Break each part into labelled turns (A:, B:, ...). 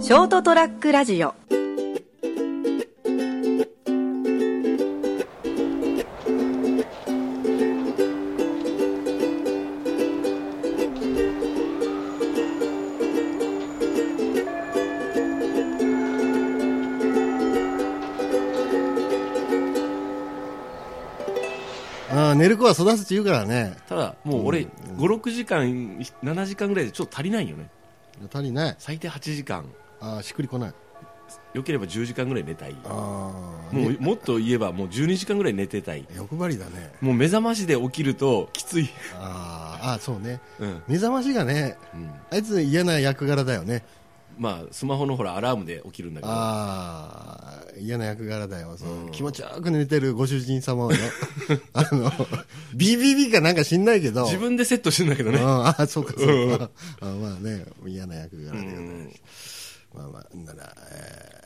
A: ショートトラックラジオ
B: あー寝る子は育つって言うからね
C: ただもう俺56時間7時間ぐらいでちょっと足りないよね
B: 足りない
C: 最低8時間
B: あーしっくりこない
C: よければ10時間ぐらい寝たい
B: ああ
C: もうもっと言えばもう12時間ぐらい寝てたい
B: 欲張りだね
C: もう目覚ましで起きるときつい、
B: あーあーそうね
C: うん
B: 目覚ましがね
C: うん、
B: あいつ嫌な役柄だよね
C: まあスマホのほらアラームで起きるんだけど
B: ああ嫌な役柄だよ、そう気持ちよく寝てるご主人様をね あの BBB かなんか知んないけど
C: 自分でセットしてんだけど
B: うん
C: ね
B: ああそうかそうか、あまあね嫌な役柄だよね、まあまあなら、えー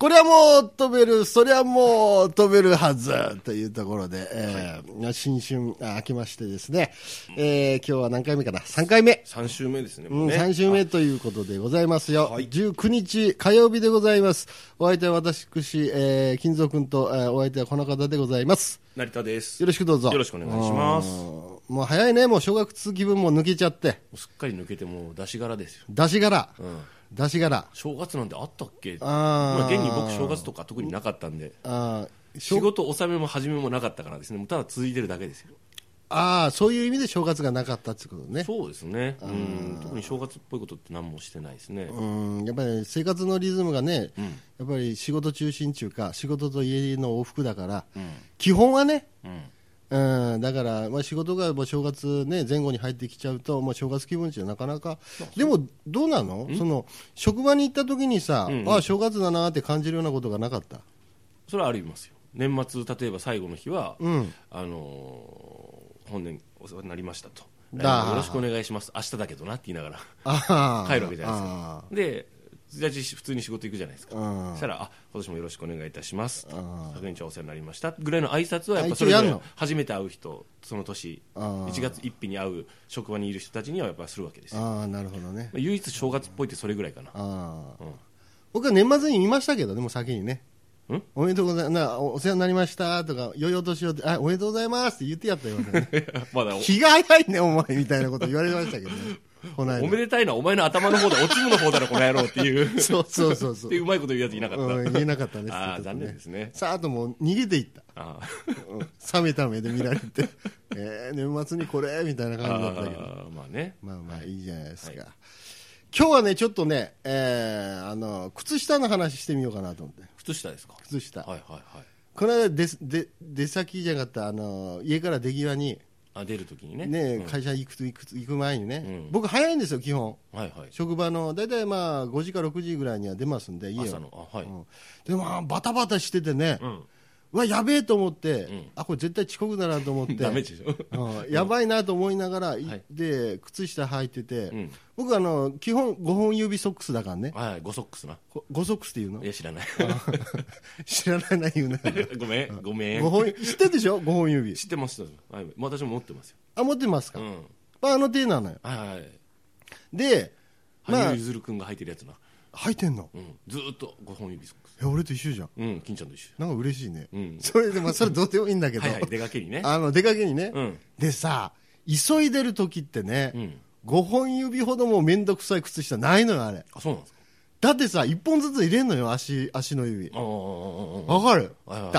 B: これはもう飛べるそれはもう飛べるはずというところで、えー新春あ明けましてですね、えー今日は何回目かな3回目
C: 3週目ですね
B: う
C: も
B: ん、
C: ね
B: 3週目ということでございますよ、19日火曜日でございますお相手は私、えー、金蔵君と、えーお相手はこの方でございます
C: 成田です
B: よろしくどうぞ
C: よろしくお願いします
B: うんもう早いねもう小学通気分も抜けちゃって
C: すっかり抜けてもう出し柄ですよ、
B: 出し柄
C: うん、
B: 出し柄
C: 正月なんてあったっけ
B: あー
C: まあ現に僕正月とか特になかったんで
B: あーしょ
C: 仕事納めも始めもなかったからですねもうただ続いてるだけですよ
B: あーそういう意味で正月がなかったってことね
C: そうですね、うん、特に正月っぽいことって何もしてないですね、
B: うんやっぱり生活のリズムがね、やっぱり仕事中心中か仕事と家の往復だから、基本はね、うん、だから、まあ、仕事がもう正月、ね、前後に入ってきちゃうと、まあ、正月気分じゃなかなか、でもどうなのその職場に行った時にさ、ああ、正月だなって感じるようなことがなかった、
C: それはありますよ年末例えば最後の日は、
B: ん
C: あのー本年お世話になりましたと来
B: だ
C: 年よろしくお願いします明日だけどなって言いなが
B: あ
C: ら
B: あ
C: 帰るわけじゃない
B: あ
C: ですかで1日普通に仕事行くじゃないですか
B: うん
C: そしたらあ今年もよろしくお願いいたします
B: あ
C: 昨年はお世話になりましたぐらいの挨拶はやっ
B: あ
C: ぱ
B: 一
C: そ
B: 応
C: れ
B: や
C: ぞ
B: んの
C: れ初めて会う人その年
B: あー
C: 1月1日に会う職場にいる人たちにはやっぱするわけです
B: あ
C: よ
B: ああなるほどね
C: まあ唯一正月っぽいってそれぐらいかな
B: ああ、
C: うん
B: 僕は年末に見ましたけどね、もう先にね
C: ん。
B: おめでとうございますな。おお世話になりましたとか、良いお年をって、あ、おめでとうございますって言ってやったよ、ね。
C: ま だお
B: 気が早いね、お前みたいなこと言われましたけどね。この間。
C: おめでたいのはお前の頭の方だ、おちむの方だろ、この野郎っていう、っ
B: そうそうそうそう
C: て。うまいこと言うやついなかった。
B: うん、言えなかったです。
C: ああ、残念ですね。
B: さあ、あともう逃げていった。
C: あ
B: 冷めた目で見られて、 えー、年末にこれみたいな
C: あ
B: 感じだったけど。
C: ああまあね。
B: まあまあいいじゃないですか。
C: は
B: 今日はね、ちょっとね、えー、あの、靴下の話してみようかなと思って。
C: 靴下ですか。
B: 靴下。
C: はいはいはい。
B: この間出す出出先じゃなかったあの家から出際に、
C: あ、出るときにね。
B: ね
C: うん
B: 会社行くと行く行く前にね、
C: うん
B: 僕早いんですよ基本
C: はいはい。
B: 職場の大体まあ5時か6時ぐらいには出ますんで家を
C: 朝の、あ、はい。
B: うんでもまあバタバタしててね、う
C: うん。
B: わやべえと思って、
C: ん
B: あこれ絶対遅刻だなと思って
C: ダメでしょ。
B: うんやばいなと思いながら、行
C: はい
B: って靴下履いてて、
C: うん
B: 僕あの基本5本指ソックスだからね
C: はいはい、ゴソックスな。
B: こ5ソックスっていうの
C: いや、知らない。
B: 知らないな言うな
C: ごめん、ごめ
B: 5
C: ん。
B: 本知ってるでしょ5本指
C: 知ってます。はい、まあ私も持ってますよ。
B: あ持ってますか、
C: うん。
B: まあ、あの手なのよ。
C: はいはいはい。
B: で、
C: 羽
B: まあ
C: 生、結弦君が履いてるやつな。
B: 入ってんの
C: うん。ずーっと五本指ソックス。
B: え、俺と一緒じゃん。
C: うん、金ちゃんと一緒。
B: なんか嬉しいね。
C: うん
B: それで、まあ、それどうでもいいんだけど。
C: はいはい、出かけにね。
B: あの、出かけにね。
C: うん
B: でさ、急いでる時ってね、
C: うん
B: 5本指ほどもうめんどくさい靴下ないのよ、あれ。
C: あ、そうなんですか。
B: だってさ、1本ずつ入れんのよ、足、足の指
C: あ。あ、ああ、ああ、あ
B: わかる、
C: はいはい
B: で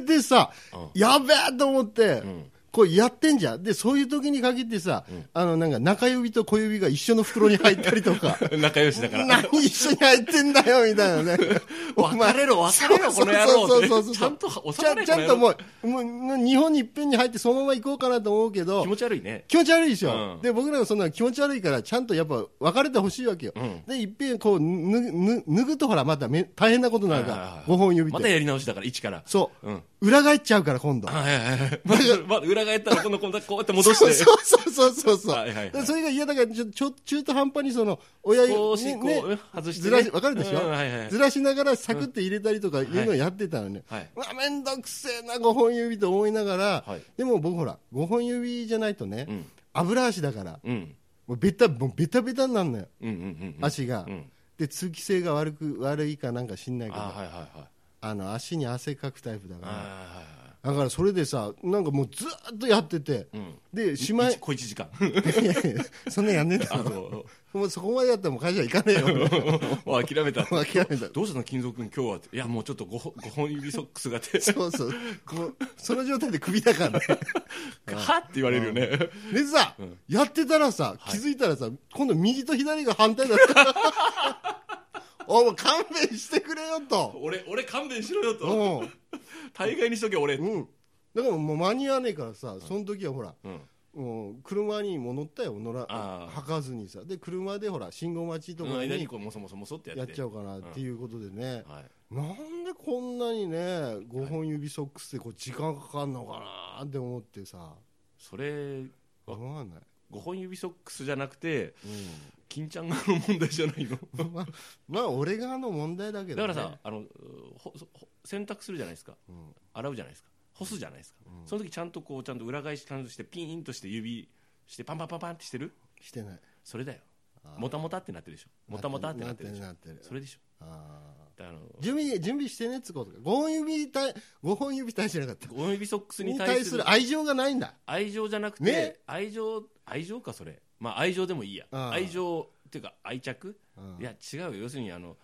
B: 慌ててさ、
C: う
B: やべえと思って、
C: ん
B: こうやってんじゃん。で、そういう時に限ってさ、あの、なんか中指と小指が一緒の袋に入ったりとか。
C: あ。 仲良しだから。。
B: 何一緒に入ってんだよみたいなね
C: 別れろ別れろ
B: そう
C: この野郎
B: そうそうそうそう
C: ちゃんと収
B: ちゃ
C: まれ
B: ちゃんとも
C: こ
B: う、もうもう日本にいっぺんに入ってそのまま行こうかなと思うけど
C: 気、持ち悪いね。
B: 気持ち悪いでしょ。
C: うん
B: で、僕らもそんな気持ち悪いから、ちゃんとやっぱ別れてほしいわけよ。
C: うん
B: で、いっぺんこう、ぬ、ぬ、脱ぐとほら、まため大変なことになる
C: はいはい
B: か
C: はい
B: ら、5本指っ
C: また
B: て。
C: やり直しだから、一から。
B: そう
C: うん。
B: 裏返っちゃうから、今度。
C: あはいはいはい。ま ずまず裏返ったら、今度こうやって戻 し
B: そう
C: て。
B: そうそうそうそう。
C: はいはいはい
B: でそれが嫌だから、ちょ、ちょ、中途半端にその、親指、
C: 少しこううん外し
B: ず
C: てね
B: らし、わかるでしょ、
C: うんはいはい
B: ずらしながらサクって入れたりとかいうのをやってたのね。
C: はい。
B: うわ、めんどくせえな、5本指と思いながら、
C: はい
B: でも僕ほら、5本指じゃないとね、
C: うん
B: 油足だから、
C: うん。
B: もうベタ、もうベタベタになるのよ、
C: うんうんうんうん。
B: 足が。
C: うん
B: で通気性が悪く悪いかなんか知んないけど
C: あ
B: あ
C: はいはいはい
B: の足に汗かくタイプだ
C: あ
B: か
C: はいは
B: らだからそれでさなんかもうずーっとやってて、
C: いうん
B: でしまい
C: 一小一時間
B: いやいやそんなやんねえだ
C: あ
B: ろ
C: の
B: もうそこまでやったらもう会社行かねえよ俺
C: もう諦めた
B: もう諦めた
C: どうしたの金蔵君今日はっていやもうちょっと 5, 本指ソックスがあって
B: そうそうもうその状態でクビだからね
C: はって言われるよね、
B: でさ、やってたらさ、気づいたらさ、今度右と左が反対だった。お前勘弁してくれよと。
C: 俺俺勘弁しろよと
B: う
C: 大概にしとけ俺、うん
B: ん。うん。だからもう間に合わねえからさ、その時はほら、もう車にもう乗ったよ、乗ら、
C: ああ
B: はかずにさ。で、車でほら、信号待ちと
C: そ
B: か
C: の間に
B: に
C: こうもそもそもそってや
B: や
C: っ
B: ってちゃおうかなっていうことでね。
C: はい、
B: なんでこんなにね、5本指ソックスでこう時間かかんのかなって思ってさ、
C: それ5
B: 思わない。
C: 本指ソックスじゃなくて
B: うん
C: 金ちゃん側の問題じゃないの
B: まあ、まあ俺側の問題だけど、
C: だか
B: ね、
C: らさ、あのほほ洗濯するじゃないですか、
B: ん
C: 洗うじゃないですか干すじゃないですか、その時ちゃんとこうちゃんと裏返しちゃんとしてピーンとして指してパンパンパンパンってしてる
B: してない
C: それだよもたもたってなってるでしょもたもたってなってるでしょ
B: なってるなって
C: そ
B: る
C: れでしょ
B: あ
C: だからあの
B: ー準備準備してねっつうことか5本指対5本指対してなかった
C: 親指ソックスに
B: に
C: 対
B: 対す
C: する
B: る愛情がないんだ
C: 愛情じゃなくて、
B: ね
C: 愛情愛情かそれまあ愛情でもいいや
B: うん
C: 愛情っていうか愛着
B: うん
C: いや違うよ要するにあの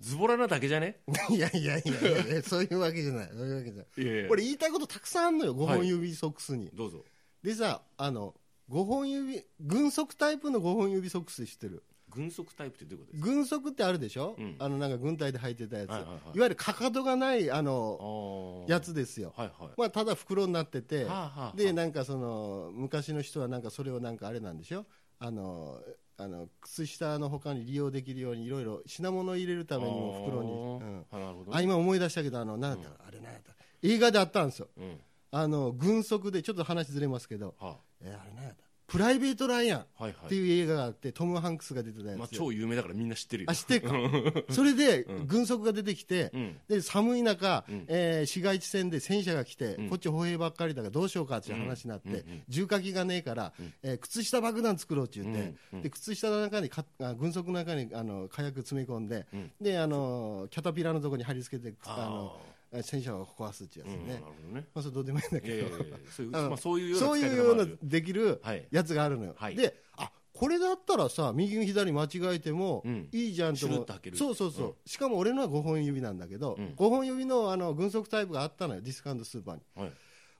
C: ズボラなだけじゃね
B: いやいやいやいやそういうわけじゃないそういうわけじゃない
C: いやいや
B: 俺言いたいことたくさんあんのよ5本指ソックスに、
C: どうぞ
B: でさあの5本指軍足タイプの5本指ソックス知ってる
C: 軍足タイプってどういうことですか
B: 軍足ってあるでしょ、
C: うん
B: あのなんか軍隊で履いてたやつ、
C: はいいはいはい
B: わゆるかかとがないあの
C: あ
B: や
C: つ
B: つですよ
C: はいはい
B: まあ、ただ袋になってて、
C: はあはあはあ
B: でなんかその昔の人はなんかそれをなんかあれなんでしょあのあの靴下の他に利用できるようにいろいろ品物を入れるためにも袋に、うん
C: あーあなるほど
B: あ
C: ね
B: 今思い出したけどあのなんだったかなあれなんだったかな映画であったんですよ
C: うん
B: あの軍足でちょっと話ずれますけど、
C: は
B: えーあれなんだったプライベート・ライアン
C: あはい
B: っ
C: は
B: て
C: い
B: いう映画があってトム・ハンクスが出てたやつ、
C: まあ超有名だからみんな知ってるよ
B: あ知ってっか それで軍足が出てきて、
C: うん
B: で寒い中、
C: ん
B: えー市街地線で戦車が来て、
C: ん
B: こっち歩兵ばっかりだからどうしようかっていう話になって、
C: うんうん
B: 重火器がねえから、えー靴下爆弾作ろうって言って、
C: うんうん
B: で靴下の中にかあ軍足の中にあの火薬詰め込んで、
C: うん
B: であのキャタピラのとこに貼り付けてく
C: あ
B: あ
C: ー
B: のえ戦車を壊すっていう
C: う
B: やつね
C: ん、なるほどね
B: まあ、それどうでもいいんだ
C: いやい
B: け
C: やい
B: ど
C: や。そういう
B: あの
C: まあそういうような
B: そう
C: 使
B: いう
C: い方
B: よ
C: もあ
B: う
C: る
B: なできる
C: はい
B: やつがあるのよ、
C: はい
B: であこれだったらさ右も左間違えても
C: うん
B: いいじゃんと思
C: シュル
B: う
C: ッと履ける
B: そうそうそう、
C: うん
B: しかも俺のは5本指なんだけど、
C: うん
B: 5本指のあの軍足タイプがあったのよディスカウントスーパーに
C: はい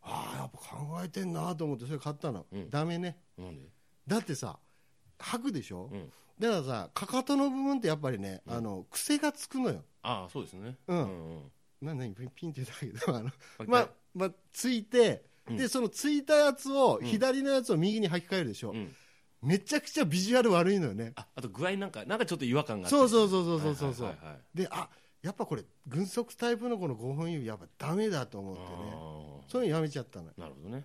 B: ああやっぱ考えてんなと思ってそれ買ったの、
C: うん
B: ダメね
C: なんで
B: だってさ履くでしょ、
C: うん
B: だからさかかとの部分ってやっぱりね、あの癖がつくのよ
C: ああそうですね
B: うん
C: うん
B: な何ピンピンって言ったけどあの
C: 一回
B: まあまあついて、
C: うん
B: でそのついたやつを、左のやつを右に履き替えるでしょ、
C: うん
B: めちゃくちゃビジュアル悪いのよね
C: ああと具合なんかなんかちょっと違和感があった
B: そうそうそうそうそうそう、
C: はいはいはいはい
B: であやっぱこれ軍足タイプのこの5本指やっぱダメだと思ってね
C: あ
B: そういうのやめちゃったのよ
C: ーなるほどね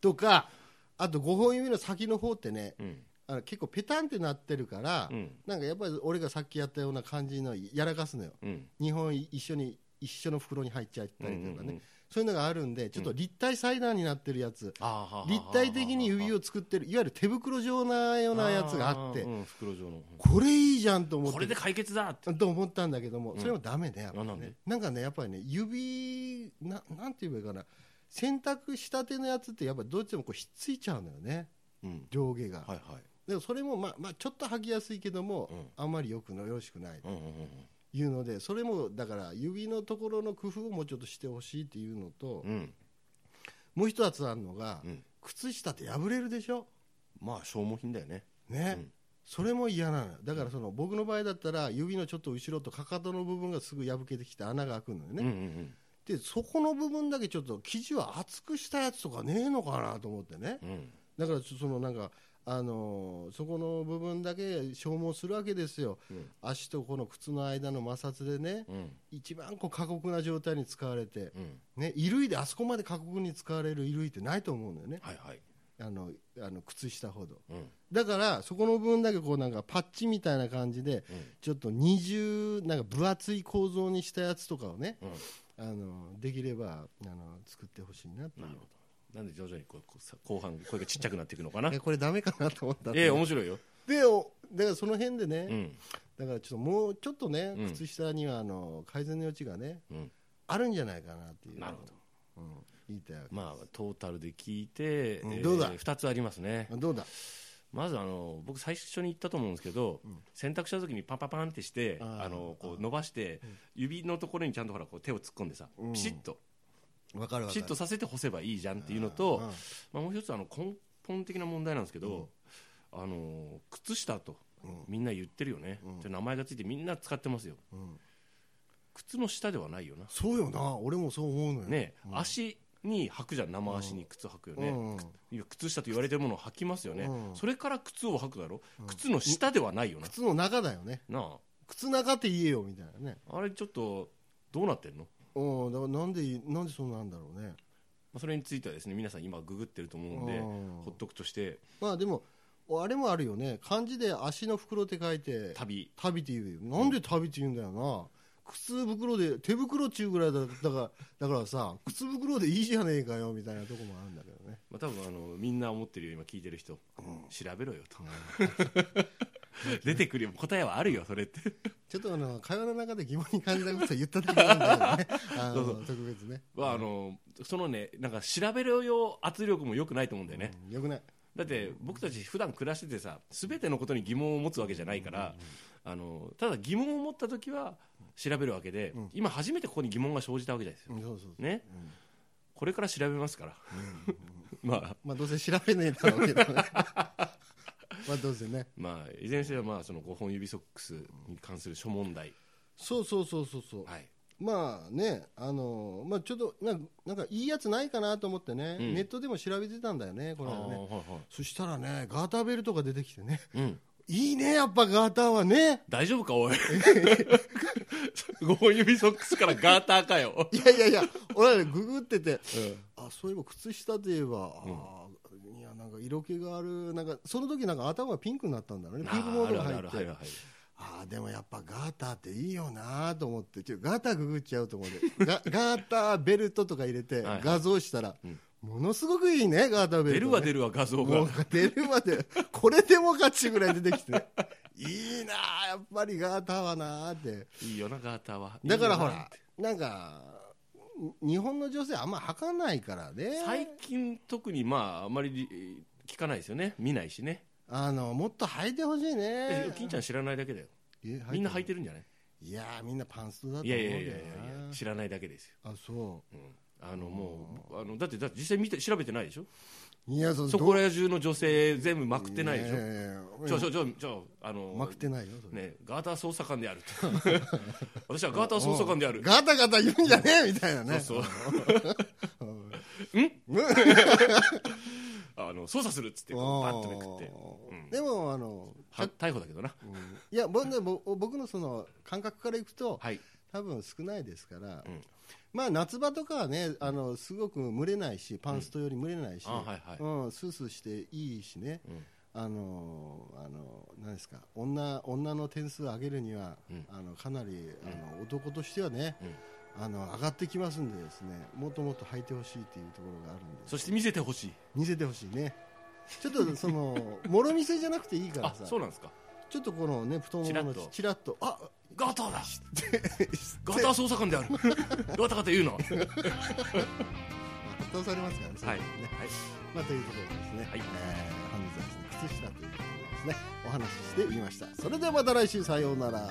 B: とかあと5本指の先の方ってね
C: うん
B: あの結構ペタンってなってるから、
C: うん
B: なんかやっぱり俺がさっきやったような感じのやらかすのよ
C: うん
B: 2本一緒に一緒の袋に入っちゃったりとかね、
C: うんうんうん
B: そういうのがあるんでちょっと立体裁断になってるやつ、
C: あー
B: 立体的に指を作ってるいわゆる手袋状なようなやつがあって
C: ーうん袋状の
B: これいいじゃんと思っ
C: これ
B: て
C: で解決だって
B: と思ったんだけどもそれもダメねやっぱ
C: あな
B: り
C: んで
B: ねなんかねやっぱりね指ななんて言えばいいかな洗濯したてのやつってやっぱりどっちでもこうひっついちゃうのよね
C: うん
B: 上下が
C: はいはい
B: でもそれもまあまあちょっと履きやすいけども
C: うん
B: あんまりよくのよろしくない
C: うんうんうん
B: いうのでそれもだから指のところの工夫をもうちょっとしてほしいっていうのと
C: うんうん
B: もう一つあるのが
C: うん
B: 靴下って破れるでしょ
C: まあ消耗品だよね
B: ね、
C: うん
B: それも嫌なのよだからその僕の場合だったら指のちょっと後ろとかかとの部分がすぐ破けてきて穴が開くのよ
C: う
B: ね、
C: んうん
B: でそこの部分だけちょっと生地は厚くしたやつとかねえのかなと思ってね
C: うんうん
B: だからちょそのなんかあのーそこの部分だけ消耗するわけですよ、
C: うん
B: 足とこの靴の間の摩擦でね、
C: うん
B: 一番こう過酷な状態に使われて、
C: うん
B: ね、衣類であそこまで過酷に使われる衣類ってないと思うんだよね
C: はいはい
B: あのあの靴下ほど、
C: うん
B: だからそこの部分だけこうなんかパッチみたいな感じで
C: うん
B: ちょっと二重なんか分厚い構造にしたやつとかをね
C: うん
B: あのできればあの作ってほしいなっていう
C: なるほどなんで徐々にこうこうさ後半声がちっちゃくなっていくのかな
B: えこれダメかなと思った
C: ええ面白いよ
B: でおだからその辺でね、
C: うん
B: だからちょっともうちょっとね、
C: うん
B: 靴下にはあの改善の余地がね、
C: うん
B: あるんじゃないかなっていう
C: なるほど、
B: うん、言いたいわけ、
C: まあ、トータルで聞いて、
B: うん
C: えー
B: どうだ
C: 2つありますね、
B: どうだ
C: まずあの僕、最初に言ったと思うんですけど、洗濯した時にパンパンパンってして、
B: あー
C: あのこう伸ばして、指のところにちゃんとほらこう手を突っ込んでさ、
B: うん
C: ピシッと、
B: わかるわか
C: ピシ
B: る
C: ッとさせて干せばいいじゃんっていうのと、
B: うん
C: まあ、もう一つあの、根本的な問題なんですけど、あの靴下とみんな言ってるよね、って名前がついて、みんな使ってますよ、
B: ん
C: 靴の下ではないよな、
B: そうよな俺もそう思うのよ
C: ね足に履くじゃん、生足に靴履くよね。
B: うん
C: いや靴下と言われてるものを履きますよね、
B: うん
C: それから靴を履くだろ、靴の下ではないよな、
B: 靴の中だよね
C: な
B: 靴中って言えよみたいなね
C: あ、あれちょっとどうなってんの、
B: うんだからなんでなんでそうなんだろうね
C: まあ、それについてはですね皆さん今、ググってると思うんで、
B: うん
C: ほっとくとして、
B: まあでもあれもあるよね漢字で足の袋って書いて
C: 旅、
B: 旅って言うよなんで旅って言うんだよな靴袋で手袋っちゅうぐらいだだからだからさ靴袋でいいじゃねえかよみたいなとこもあるんだけどね
C: まあ多分あのみんな思ってるよ、今聞いてる人、調べろよと、 出てくるよ、答えはあるよ、それって、
B: ちょっとあの会話の中で疑問に感じたことは言っただけなんだよねあの特別ね、
C: まああのそのね、なんか調べろよ圧力も良くないと思うんだよね。
B: うんよくない
C: だって僕たち普段暮らしててさ全てのことに疑問を持つわけじゃないから、あのただ疑問を持った時は調べるわけで、今初めてここに疑問が生じたわけじゃないですよ、
B: うんそうそうそう
C: ねこれから調べますから、 まあ
B: まあどうせ調べねえだろうけどねまあどうせね
C: まあいずれにせよまあその5本指ソックスに関する諸問題、
B: そうそうそうそうそう、
C: はい
B: まあねあのまあちょっとなんかなんかいいやつないかなと思ってね、
C: うん
B: ネットでも調べてたんだよねこ
C: あ
B: れは
C: ー
B: ね
C: はいは
B: そしたらねガーターベルとか出てきてね
C: いうん、
B: いいね、やっぱガーターは ね。
C: 大丈夫かおい5本指ソックスからガーターかよ、
B: いやいやいや、俺らググってて、
C: うん
B: あ、そういえば靴下といえば、あーいや、なんか色気がある、なんか、その時なんか頭がピンクになったんだろうね。ピンクモードが
C: あ
B: 入
C: るある
B: っ
C: あるはい
B: て。
C: はい
B: あーでもやっぱガーターっていいよなと思って、ちょ、ガーターググっちゃうと思うで、 ガガーターベルトとか入れて
C: はいはい
B: 画像したら、ものすごくいいね、ガーターベ
C: 出
B: ル
C: る
B: トね、
C: わ出るわ画像
B: もう
C: が
B: 出るまで、これでもかっちゅうぐらい出てきて、いいなーやっぱりガーターはなーって。
C: いいよなガーターは
B: だから
C: いい
B: ほ
C: よな
B: ら、なんか、日本の女性あんま履かないから
C: 最
B: ね。
C: 近特にまああまりり聞かないですよね見ないしね、
B: あの、もっと履いてほしい
C: え
B: ね。
C: 金ちゃん知らないだけだよ
B: え
C: みんな履
B: い
C: いてるんじゃない
B: ていやー、みんなパンストだと思う
C: い
B: んだ
C: や
B: よ
C: いやいやいや
B: な。
C: 知らないだけですよ、
B: あ、そ
C: うんあのもうあのだってだって実際見て調べてないでしょ
B: う。いや、そ
C: そこら中の女性全部まく
B: どう
C: ってないでしょ、
B: ややや
C: ちょちょちょちょあの
B: まくってないよ、それ。
C: ねガーター捜査官であると 私はガーター捜査官である
B: ガタガタ言うんじゃねえみたいなね。
C: そう あの捜査するっつってこうバッとめくって
B: うんでも、あの、
C: は逮捕だけどな、
B: いや、僕の僕僕のその感覚からいくと、
C: はい
B: 多分少ないですから、
C: ん
B: まあ夏場とかはねあのすごく蒸れないしパンストより蒸れないし、
C: う
B: うんん
C: あはいはい
B: スースーしていいしね、あのあの何ですか女女の点数上げるには、
C: うん
B: あのかなりあの男としてはね、あの上がってきますんでですねもっともっと履いてほしいっていうところがあるんで
C: そして見せてほしい
B: 見せてほしいねちょっとそ のもろ見せじゃなくていいか
C: あ
B: らさ
C: そうなんですか
B: ちょっとこのね太ももの
C: チラッと
B: ちらっとあ
C: ガーターだガーター捜査官であるガーターガタ言うのは
B: 発動されますからねそれ
C: い
B: ね、まあ、ということでですね、
C: はい
B: えー本日はですね靴下ということでですねお話ししてみましたそれではまた来週さようなら